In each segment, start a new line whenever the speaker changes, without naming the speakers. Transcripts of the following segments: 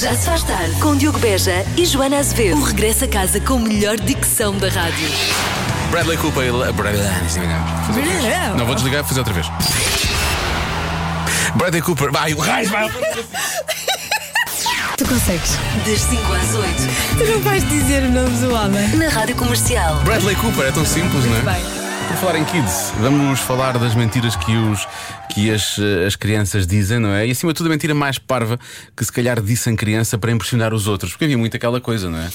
Já se faz tarde com Diogo Beja e Joana Azevedo. O regresso a casa com a melhor dicção da rádio.
Bradley Cooper e Le- Bradley- Ah, Fazer outra vez. Não vou desligar, vou fazer outra vez. Bradley Cooper, vai, o raio, vai.
Tu consegues.
Das 5 às
Tu não vais dizer o nome do homem.
8, na Rádio Comercial.
Bradley Cooper, é tão simples, não é? Por falar em kids, vamos falar das mentiras que, os, que as, eh, as crianças dizem, não é? E acima de tudo a mentira mais parva que se calhar disse em criança para impressionar os outros, porque havia muito aquela coisa, não é?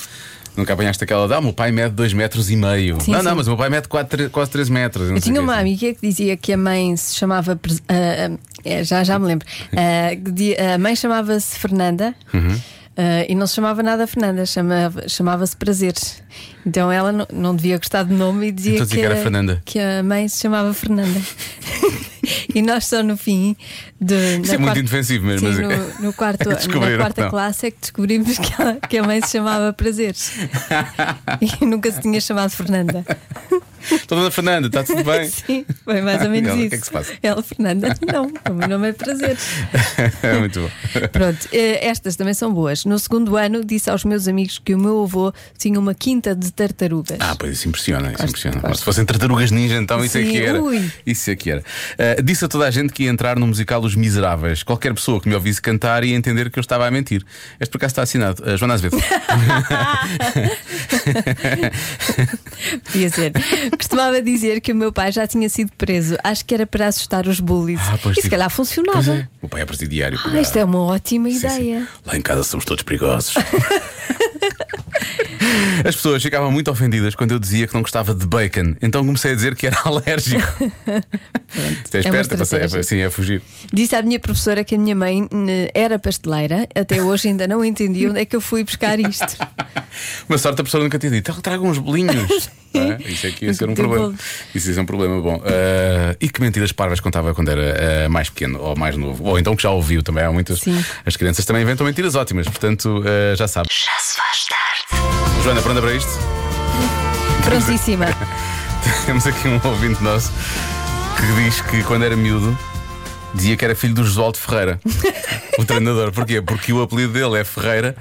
Nunca apanhaste aquela de, ah, meu pai mede 2 metros e meio.
Sim,
não,
sim.
não, mas o meu pai mede quatro, tre- quase 3 metros. não
Eu
sei
tinha
o quê,
uma
assim.
amiga que dizia que a mãe se chamava. pres- ah, ah, é, já, já me lembro.
Uhum.
Ah, que di- a mãe chamava-se Fernanda. ah, e não se chamava nada Fernanda, chamava- chamava-se Prazeres. Então ela não, não devia gostar do nome e dizia
Então dizia que era
a-
Fernanda.
que a mãe se chamava Fernanda. e nós só no fim de.
Isso
na
é muito
quarta-
indefensivo mesmo,
Sim,
mas é-
no, no quarto,
é que
na
descobriram que
quarta
não.
classe é que descobrimos que, ela- que a mãe se chamava Prazeres. e nunca se tinha chamado Fernanda.
Estou dona Fernanda, está tudo bem?
Sim, foi mais ou menos
Ela, o que
isso.
é que se passa?
Ela, Fernanda, não, o meu nome é prazer.
É muito bom.
Pronto, eh, estas também são boas. No segundo ano, disse aos meus amigos que o meu avô tinha uma quinta de tartarugas.
Ah, pois isso impressiona, isso
Gosto,
impressiona.
gosto.
Se fossem tartarugas ninja, então isso
Sim,
aqui era.
ui.
Isso aqui era. Ah, disse a toda a gente que ia entrar no musical Os Miseráveis. Qualquer pessoa que me ouvisse cantar ia entender que eu estava a mentir. Este por acaso está assinado. Ah, Joana Azevedo.
Podia ser. Costumava dizer que o meu pai já tinha sido preso. Acho que era para assustar os bullies.
Ah, pois
e se
tive-
calhar
Pois
funcionava.
é. O pai é presidiário.
Ah, isto é uma ótima
Sim, sim.
ideia.
Lá em casa somos todos perigosos. As pessoas ficavam muito ofendidas quando eu dizia que não gostava de bacon, então comecei a dizer que era alérgico. Isto é
é uma
esperta, passei-
estratégia.
sim, é fugir.
Disse à minha professora que a minha mãe né, era pasteleira. Até hoje ainda não entendi onde é que eu fui buscar isto.
Uma sorte a pessoa nunca tinha dito, "Ela traga uns bolinhos. Ah, isso é que ia
Nunca
ser um
pedi
problema.
bolo.
Isso ia ser um problema bom. Ah, e que mentiras parvas contava quando era ah, mais pequeno ou mais novo? Ou então que já ouviu também. Há muitas.
Sim.
As crianças também inventam mentiras ótimas, portanto ah, já sabe.
Já se faz tarde.
Joana, pronta para isto? é.
Prontissima.
Temos aqui um ouvinte nosso que diz que quando era miúdo dizia que era filho do Josualdo Ferreira, o treinador. Porquê? Porque o apelido dele é Ferreira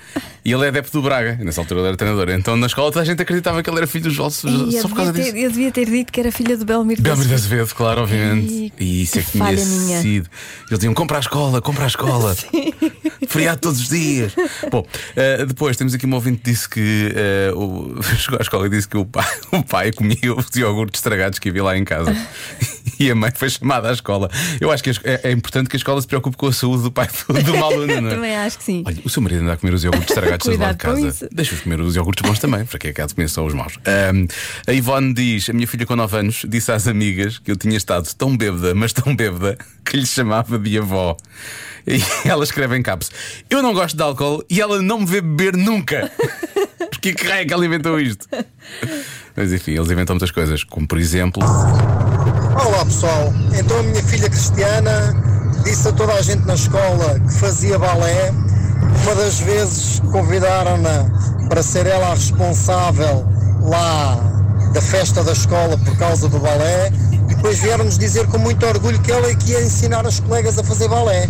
e ele é adepto do Braga. E Nessa altura ele era treinador. Então na escola toda a gente acreditava que ele era filho do Josualdo
Ei,
só
eu,
por causa
devia
disso.
ter, eu devia ter dito que era filha do Belmiro da
Belmiro de Azevedo, claro, obviamente.
Ei,
E isso é que
que
tinha
falha minha.
sido. Eles diziam: compra a escola, compra a escola. Feriado todos os dias. Bom, eh, depois temos aqui um ouvinte que disse que eh, o- chegou à escola e disse que o pai, o pai comia os iogurtes estragados que havia lá em casa. E a mãe foi chamada à escola. Eu acho que a es- é, é importante que a escola se preocupe com a saúde do pai do, do aluno, não é?
Também acho que sim.
Olha, o seu marido anda a comer os iogurtes estragados todos lá de
Cuidado com
casa.
isso.
Deixa-os comer os iogurtes bons também, para que é que há de comer só os maus. Ahm, a Ivone diz: A minha filha com 9 anos disse às amigas que eu tinha estado tão bêbada, mas tão bêbada, que lhe chamava de avó. E ela escreve em caps: Eu não gosto de álcool e ela não me vê beber nunca. Porque que raio é que ela inventou isto? Mas enfim, eles inventam muitas coisas, como por exemplo.
Ah,
Olá pessoal, então a minha filha Cristiana disse a toda a gente na escola que fazia balé. Uma das vezes convidaram-na para ser ela a responsável lá da festa da escola por causa do balé e depois vieram-nos dizer com muito orgulho que ela é que ia ensinar as colegas a fazer balé.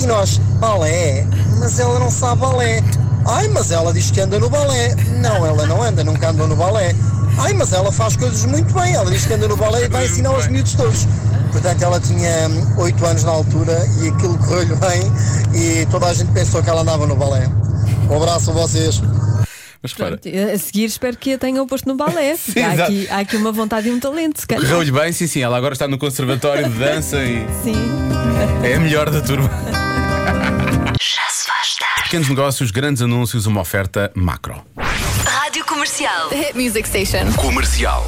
E nós, balé? Mas ela não sabe balé. Ai, mas ela diz que anda no balé. Não, ela não anda, nunca andou no balé. Ai, mas ela faz coisas muito bem. Ela diz que anda no balé e vai ensinar aos miúdos todos. Portanto, é, ela tinha 8 anos na altura e aquilo correu-lhe bem e toda a gente pensou que ela andava no balé. Um abraço a vocês.
Mas para.
A seguir, espero que a tenham posto no balé.
Sim,
há,
exato.
aqui, há aqui uma vontade e um talento, se calhar.
Correu-lhe bem, sim, sim. Ela agora está no conservatório de dança e
Sim.
é a melhor da turma.
Já se faz tarde.
Pequenos negócios, grandes anúncios, uma oferta macro.
Rádio Comercial.
Hit Music Station.
Comercial.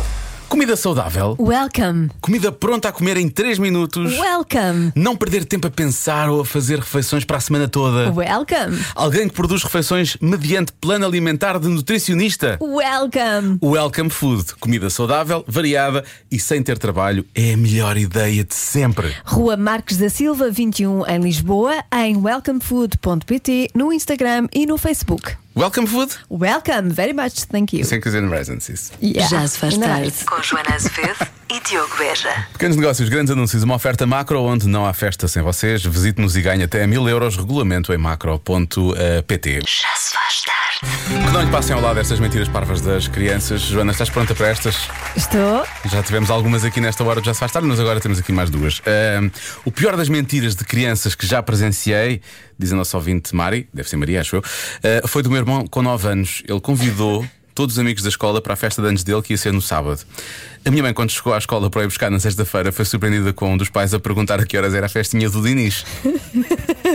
Comida saudável,
Welcome,
comida pronta a comer em 3 minutos.
welcome,
Não perder tempo a pensar ou a fazer refeições para a semana toda.
welcome,
Alguém que produz refeições mediante plano alimentar de nutricionista.
welcome.
O Welcome Food, comida saudável, variada e sem ter trabalho, é a melhor ideia de sempre.
Rua Marques da um, Silva, 21, em Lisboa, em welcomefood.pt, no Instagram e no Facebook.
O Welcome food?
Welcome, very much, thank you.
Sem que in residencies.
Yeah,
Já se faz
ainda bem.
tarde. Com Joana Azevedo e Diogo Beja.
Pequenos negócios, grandes anúncios, uma oferta macro onde não há festa sem vocês. Visite-nos e ganhe até mil euros. Regulamento em macro.pt.
Já se faz tarde.
Que não lhe passem ao lado estas mentiras parvas das crianças. Joana, estás pronta para estas?
Estou.
Já tivemos algumas aqui nesta hora, do já se faz tarde, mas agora temos aqui mais duas. Ahm, o pior das mentiras de crianças que já presenciei, diz a nossa ouvinte Mari, deve ser Maria, acho eu, ah, foi do meu irmão com 9 anos. Ele convidou todos os amigos da escola para a festa de anos dele, que ia ser no sábado. A minha mãe, quando chegou à escola para ir buscar na sexta-feira, foi surpreendida com um dos pais a perguntar a que horas era a festinha do Dinis.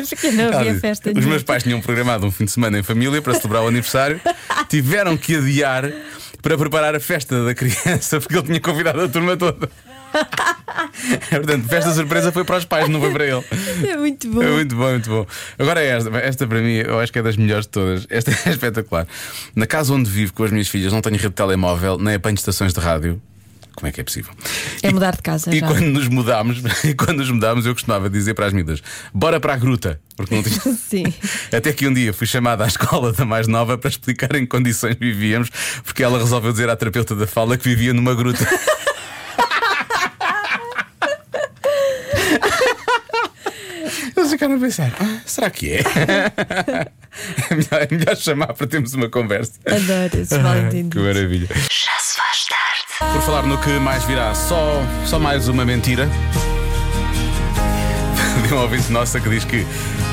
Porque não
Ela
havia
diz,
festa
Os meus
nenhuma.
pais tinham programado um fim de semana em família para celebrar o aniversário, tiveram que adiar para preparar a festa da criança, porque ele tinha convidado a turma toda. É, Portanto, festa surpresa foi para os pais, não foi para ele.
É muito bom.
É muito bom, muito bom. Agora é esta, esta para mim, eu acho que é das melhores de todas. Esta é espetacular. Na casa onde vivo com as minhas filhas, não tenho rede de telemóvel, nem apanho estações de rádio. Como é que é possível?
É mudar de casa
E
já.
quando nos mudámos, e quando nos mudámos, eu costumava dizer para as miúdas: bora para a gruta, porque não tinha.
Sim.
Até que um dia fui chamada à escola da mais nova para explicar em que condições vivíamos, porque ela resolveu dizer à terapeuta da fala que vivia numa gruta. Eles ficaram a pensar: "Ah, será que é? É melhor, é melhor chamar para termos uma conversa.
Adoro esses
Ah, Que
valentinos.
maravilha.
Já se faz tarde.
Por falar no que mais virá, só, só mais uma mentira. De uma um ouvinte nossa que diz que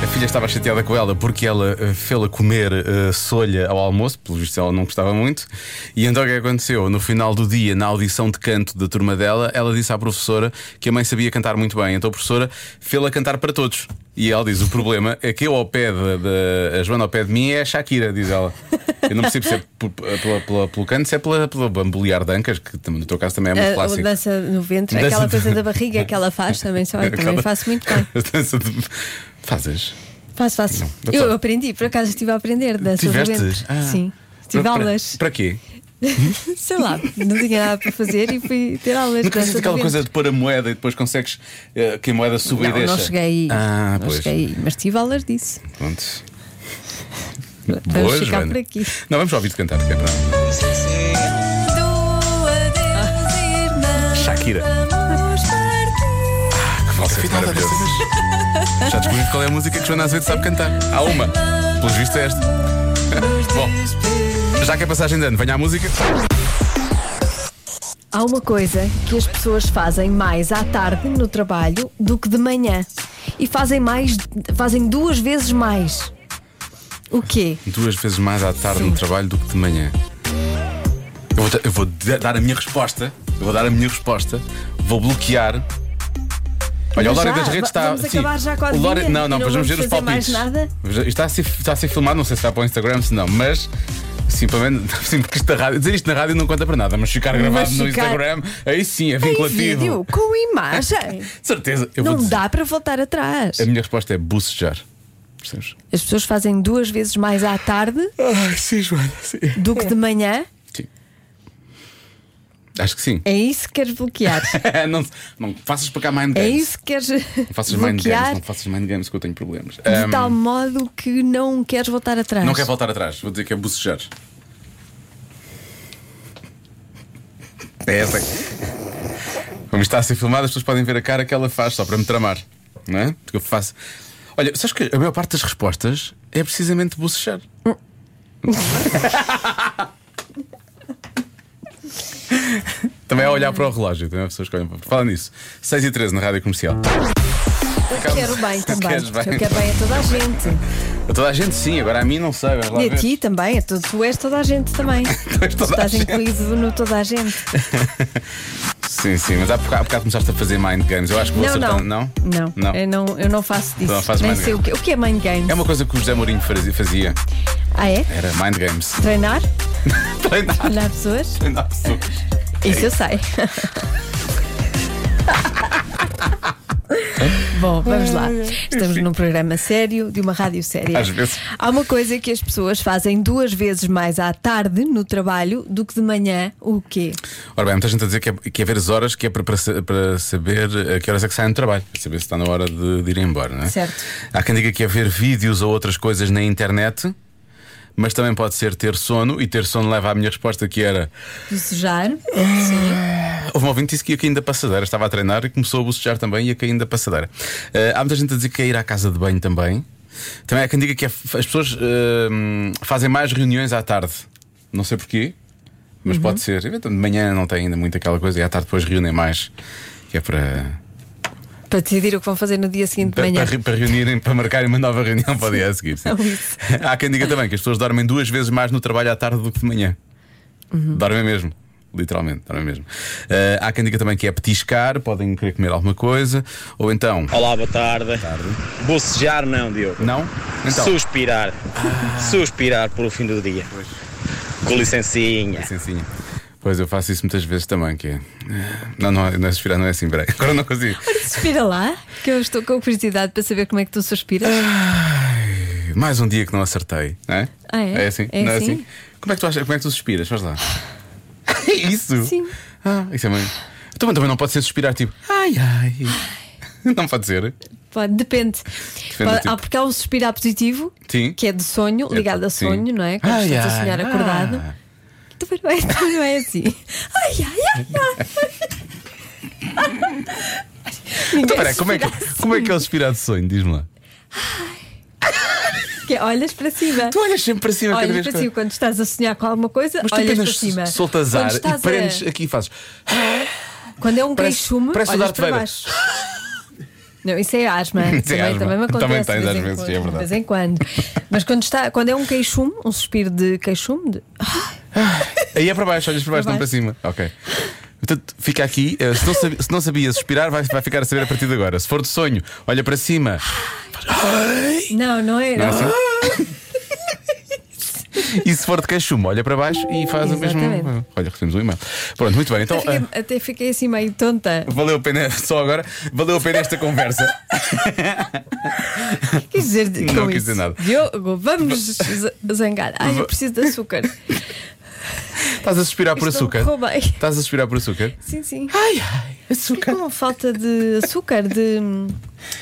a filha estava chateada com ela porque ela eh, fê-la comer eh, solha ao almoço, pelo visto ela não gostava muito. E então o que aconteceu? No final do dia, na audição de canto da turma dela, ela disse à professora que a mãe sabia cantar muito bem. Então a professora fê-la cantar para todos. E ela diz: O problema é que eu ao pé da. da- a Joana ao pé de mim é a Shakira, diz ela. Eu não percebo se é por- pela- pela- pelo canto, se é pela- pelo bambolear de ancas, que tam- no teu caso também é muito
A, a
clássico.
Ah, dança no ventre,
Dança
aquela
do-
coisa da barriga que ela faz também, só, também
Aquela-
faço muito bem.
Dança de- Fazes?
Faço, faço.
Não,
eu
só-
aprendi, por acaso estive a aprender dança do
Tiveste?
ventre.
Ah.
Sim. Tive
Para-
aulas,
Para quê?
sei lá, não tinha nada para fazer e fui ter aulas. de
Nunca fizeste
dança do
aquela
ventre.
coisa de pôr a moeda e depois consegues eh, que a moeda suba e
Não,
deixa.
não cheguei aí.
Ah,
não
pois.
cheguei aí, mas tive aulas disso.
Pronto.
Vamos
Boa,
Então ficar
Joana.
por aqui.
Não, vamos ouvir-te cantar. Que é para... Shakira. Ah, Que voz é maravilhosa. Já descobri qual é a música que Joana Azevedo sabe cantar. Há uma. Pelos vistos é esta. Bom, já que é passagem de ano, venha à música.
Há uma coisa que as pessoas fazem mais à tarde no trabalho do que de manhã. E fazem mais, fazem duas vezes mais. O quê?
Duas vezes mais à tarde no trabalho do que de manhã. Eu vou, ta- eu vou da- dar a minha resposta. Eu vou dar a minha resposta. Vou bloquear. Olha, o
Mas
Lória
já,
das Redes está.
vamos acabar já com a
o Lória,
adivinha
Não, não,
e não
depois vamos ver
vamos
os
fazer mais
palpites.
nada?
Veja, Está a, ser, está a ser filmado, não sei se vai para o Instagram, se não, mas. Simplesmente, sim, porque isto da rádio, dizer isto na rádio não conta para nada, mas ficar gravado no
ficar-
Instagram, aí sim é
Em
vinculativo.
vídeo, com imagem.
De certeza, eu vou
Não
dizer.
dá para voltar atrás.
A minha resposta é bucejar. Percebes?
As pessoas fazem duas vezes mais à tarde
Ai, sim, Joana,
do que de manhã.
Sim. Acho que sim.
É isso que queres bloquear.
não, não faças para cá mind
É
games.
isso que queres
Não faças mind games,
bloquear
não faças mind games que eu tenho problemas.
de
Ahm,
tal modo que não queres voltar atrás.
não quer voltar atrás, vou dizer que é bucejar. É essa. Como está a ser filmado, as pessoas podem ver a cara que ela faz só para me tramar. Não é? Porque eu faço. Olha, sabes que a maior parte das respostas é precisamente bucejar. também é olhar para o relógio, também há pessoas que olham para. Fala nisso. 6 e 13 na rádio comercial.
Eu quero bem também.
Queres bem?
Eu quero bem a toda a gente.
A toda a gente, sim, agora a mim não sei. vamos lá
E a
ver.
ti também. a tu- Tu és toda a gente também.
és toda a
Estás
gente.
incluído no toda a gente.
Sim, sim, mas há bocado, há bocado começaste a fazer mind games. Eu acho que vou
Não, não.
acertando, não?
Não. É
Não.
Eu não, eu não faço disso.
não fazes
Nem
mind
sei o
games.
que, o que é mind games.
É uma coisa que o José Mourinho fazia- fazia.
Ah, é?
Era mind games.
Treinar?
Ah. Treinar,
Olhar pessoas?
treinar pessoas.
Isso eu sei. Bom, vamos lá. Estamos num programa sério, de uma rádio séria.
Às vezes.
Há uma coisa que as pessoas fazem duas vezes mais à tarde no trabalho do que de manhã, o quê?
Ora bem, muita gente a dizer que é, que é ver as horas que é para, para, sa- para saber a que horas é que saem do trabalho, para saber se está na hora de, de ir embora, não é?
Certo.
Há quem diga que é ver vídeos ou outras coisas na internet mas também pode ser ter sono, e ter sono leva à minha resposta que era.
Bocejar. Sim.
Houve um ouvinte que disse que ia caindo da passadeira, estava a treinar e começou a bocejar também e ia caindo da passadeira. Eh, há muita gente a dizer que é ir à casa de banho também. Também há quem diga que é f- as pessoas eh, fazem mais reuniões à tarde. Não sei porquê, mas pode ser. De manhã não tem ainda muito aquela coisa e à tarde depois reúnem mais. Que é para.
Para decidir o que vão fazer no dia seguinte de
Para,
manhã.
para, para reunirem, para marcarem uma nova reunião para o dia a seguir. sim.
isso.
Há quem diga também que as pessoas dormem duas vezes mais no trabalho à tarde do que de manhã. Dormem mesmo. Literalmente, dormem mesmo. Eh, há quem diga também que é petiscar, podem querer comer alguma coisa, ou então.
Olá, boa tarde. Bocejar não, Diogo.
Não? Então.
Suspirar.
Ah.
Suspirar pelo fim do dia. Com licencinha.
Licencinha. Pois eu faço isso muitas vezes também, que é. Não, não, é- não é suspirar, não é assim, peraí. Agora não consigo.
Suspira lá, que eu estou com curiosidade para saber como é que tu suspiras.
Ah. Mais um dia que não acertei, não é?
Ah, é?
É assim?
É
não é
assim?
assim? Como é que tu achas? Como é que tu suspiras? Faz lá. isso?
Sim.
Ah, isso é muito. Então, mas também não pode ser suspirar tipo. Ai, ai. Não pode ser.
Pode,
Depende
depende.
do
Pode-
tipo.
há- porque há o suspirar positivo,
Sim.
que é de sonho,
É,
ligado a
sim.
sonho, não é? Quando
Ai,
estás a
ai,
sonhar
ah.
acordado. Também não é, também não é assim. Ai, ai, ai, ai. Ninguém
Então, peraí, como é, que,
suspira assim.
como é que é o suspirar de sonho? Diz-me lá.
Que é, olhas para cima.
Tu olhas sempre para cima cada
Olhas
vez
para
que-
cima quando estás a sonhar com alguma coisa,
Mas tu
olhas
apenas
para cima.
soltas
Quando
ar
estás
e
a-
prendes aqui e fazes.
Quando é um
Parece-
queixume,
parece o
olhas
Darth
para
Vader.
baixo. Não, isso é asma.
Isso é
também,
asma.
também me acontece.
Também tens
de
às
vez em
vezes,
quando,
é verdade.
De vez em quando. Mas quando, está, quando é um queixume, um suspiro de queixume, de... Ah,
Aí é para baixo, olhas para baixo,
Para
não para cima. Ok. Portanto, fica aqui. eh, Se não sabia, se não sabia suspirar, vai, vai ficar a saber a partir de agora. Se for de sonho, olha para cima.
não, não é.
Não é assim? E se for de queixume, olha para baixo e faz o mesmo.
Exatamente.
Olha, recebemos um e-mail. Pronto, muito bem. Então,
Até,
eh,
fiquei, até fiquei assim meio tonta.
valeu a pena, só agora, valeu a pena esta conversa.
Quis dizer de-
Não
com
quis
isso?
dizer nada.
Diogo, vamos z- zangar. Ai, eu preciso de açúcar.
Estás a suspirar por
Isto não
açúcar?
correu bem.
Estás a suspirar por açúcar?
Sim, sim. é
Ai, ai, açúcar.
Com falta de açúcar, de hum,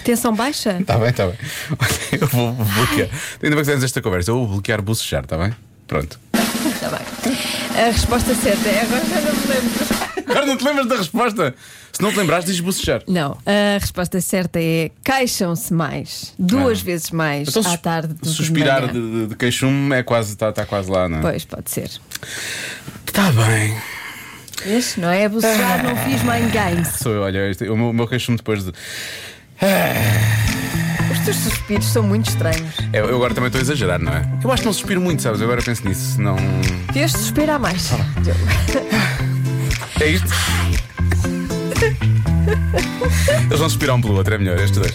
tensão baixa.
Está Tá bem, está bem. Olha, eu vou bloquear. Ainda bem que fizemos esta conversa. Eu vou bloquear bucejar, está bem? Pronto.
Está Tá bem. A resposta certa é agora já não me lembro.
Agora não te lembras da resposta. Se não te lembrares, diz bucejar.
Não, a resposta certa é queixam-se mais, duas
Ah.
vezes mais
Então,
à
sus-
tarde do que de
Suspirar
manhã.
de, de, de queixume é quase, está tá quase lá, não é?
Pois, pode ser.
Está bem.
Este não é abusar, não fiz mind games.
Sou eu, olha, este- o meu, o meu queixume depois de.
Os teus suspiros são muito estranhos.
Eu, eu agora também estou a exagerar, não é? Eu acho que não suspiro muito, sabes? Eu agora penso nisso. Não.
Devias suspirar mais.
Tá É isto? Eles vão suspirar um pelo outro, é melhor, estes dois.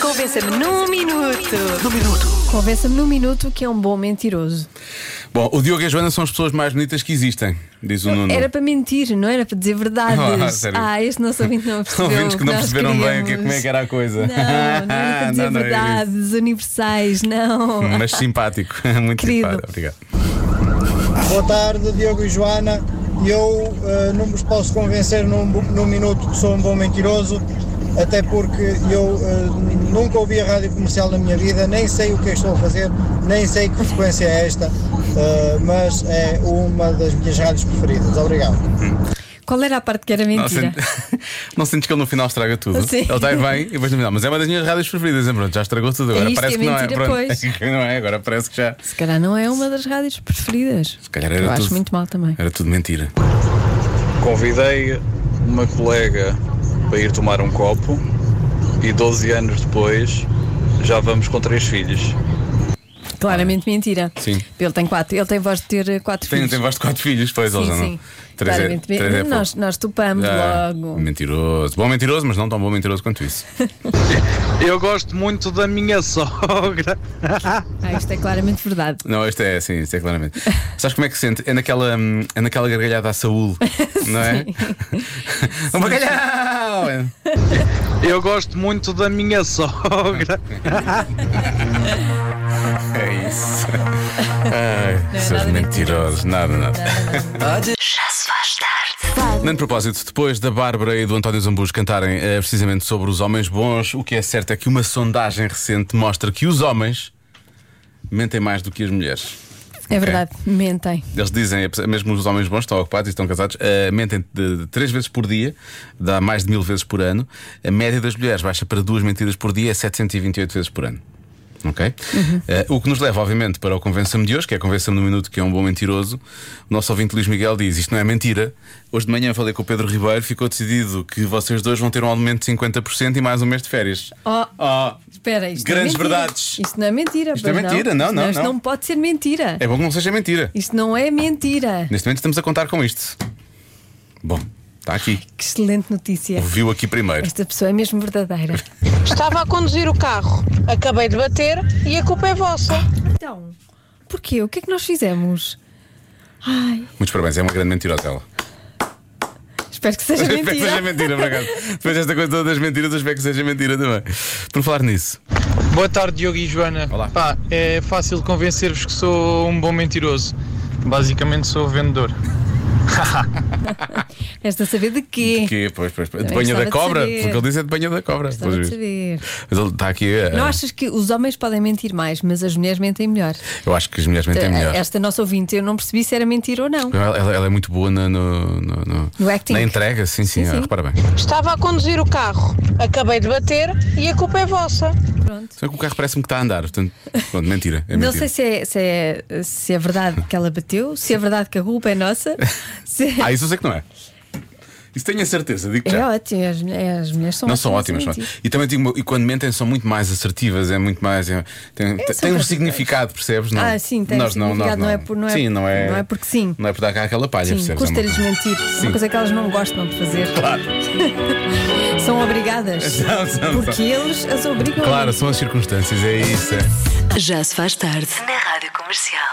Convença-me num minuto.
Convença-me num minuto que é um bom mentiroso.
Bom, o Diogo e a Joana são as pessoas mais bonitas que existem, diz o Nuno.
Era para mentir, não era para dizer
Ah,
verdades.
sério?
Ah, este nosso ouvinte não percebeu.
Ouvintes que não
nós
perceberam bem o que-
queríamos.
como é que era a coisa.
Não, não era para dizer
Não, não é isso.
verdades universais, não.
Mas simpático, muito
Querido.
simpático. Obrigado.
Boa tarde, Diogo e Joana. Eu eh, não vos posso convencer num, bu- num minuto que sou um bom mentiroso, até porque eu eh, nunca ouvi a rádio comercial na minha vida, nem sei o que é que estou a fazer, nem sei que frequência é esta, eh, mas é uma das minhas rádios preferidas. Obrigado.
Qual era a parte que era
Não,
mentira?
sent- não sentes que ele no final estraga tudo?
Sim.
Ele está aí bem e depois no final. Mas é uma das minhas rádios preferidas, hein? pronto, já estragou tudo. Agora
isto
parece
que
que
é
não é.
mentira,
Pronto,
pois.
não é, agora parece que já.
Se calhar não é uma das rádios preferidas.
Se calhar era
Eu acho
tudo-
muito mal também.
Era tudo mentira.
Convidei uma colega para ir tomar um copo e 12 anos depois já vamos com três filhos.
Claramente mentira.
Sim.
Ele tem quatro. Ele tem voz de ter eh, quatro
Tem,
filhos.
tem voz de quatro filhos, pois,
sim,
Elsa, não?
sim.
Três é,
Claramente,
três é
nós,
pouco.
nós topamos
Ah,
logo.
Mentiroso. Bom mentiroso, mas não tão bom mentiroso quanto isso.
Eu gosto muito da minha sogra.
Ah, isto é claramente verdade.
Não, isto é, sim, isto é claramente. Sabes como é que se sente? É naquela, hum, é naquela gargalhada à Saúl, não é? um bacalhau! É.
Eu gosto muito da minha sogra.
É isso. Ai, seus
nada
mentirosos, nada, nada.
Já se faz tarde.
Nem de propósito, depois da Bárbara e do António Zambus cantarem eh, precisamente sobre os homens bons, o que é certo é que uma sondagem recente mostra que os homens mentem mais do que as mulheres.
É verdade, mentem.
Eles dizem, é mesmo os homens bons estão ocupados e estão casados, eh, mentem de, de três vezes por dia, dá mais de mil vezes por ano. A média das mulheres baixa para duas mentiras por dia, é 728 vezes por ano. Ok? Eh, o que nos leva, obviamente, para o Convença-me de hoje, que é Convença-me no Minuto, que é um bom mentiroso. O nosso ouvinte Luís Miguel diz: Isto não é mentira. Hoje de manhã falei com o Pedro Ribeiro, ficou decidido que vocês dois vão ter um aumento de 50% e mais um mês de férias.
Oh,
Oh,
espera, isto
Grandes
é mentira.
verdades.
Isto não é mentira.
Isto é
pois
mentira, não,
Isto
não,
Isto
não.
não pode ser mentira.
é bom que não seja mentira.
Isto não é mentira.
Neste momento estamos a contar com isto. Bom, está aqui.
Que excelente notícia.
Viu aqui primeiro.
Esta pessoa é mesmo verdadeira.
Estava a conduzir o carro, acabei de bater e a culpa é vossa.
Então, porquê? O que é que nós fizemos? Ai,
Muitos parabéns, é uma grande mentirosa ela.
espero que seja
Espero que seja
É mentira.
mentira, por acaso. Depois desta coisa toda das mentiras, eu espero que seja mentira também. Por falar nisso,
Boa tarde, Diogo e Joana.
Olá.
Ah.
Pá, é fácil convencer-vos que sou um bom mentiroso. Basicamente sou vendedor.
Esta saber de quê?
que pois, pois, pois, de
Também
banho
gostava
da
de
cobra,
saber.
porque ele diz é de banho da cobra.
Gostava de
pelos vistos.
saber.
Mas ele está aqui. eh,
Não achas que os homens podem mentir mais, mas as mulheres mentem melhor? Então,
Eu acho que as mulheres mentem melhor.
Esta nossa ouvinte, eu não percebi se era mentira ou não.
Ela, ela- ela é muito boa na- no, no- no-
No acting.
na entrega, sim, sim,
Sim, sim.
ah, repara bem.
Estava a conduzir o carro, acabei de bater e a culpa é vossa.
Só que o carro parece-me que está a andar, portanto, pronto, mentira. É mentira.
Não sei se é, se, é, se é verdade que ela bateu, se é verdade que a culpa é nossa. se-
Ah, isso eu sei que não é. Isso tenho a certeza, digo
É
já.
ótimo, as, mulheres- as mulheres são
Não
ótimas. é?
são ótimas.
a
são-
mentir.
E também digo, e quando mentem são muito mais assertivas, é muito mais. é- tem tem- tem um
super-
significado, percebes? Não?
Ah, sim, tem um
nós não, nós
significado, não é por- não é-
sim, não é,
não é porque sim.
Não é por dar cá aquela palha,
Sim,
percebes? É
custa-lhes
uma-
mentir. Uma coisa que elas não gostam de fazer.
Claro,
São obrigadas.
São, são,
porque eles as obrigam a
claro, são as circunstâncias, é isso. é.
Já se faz tarde. Na Rádio Comercial.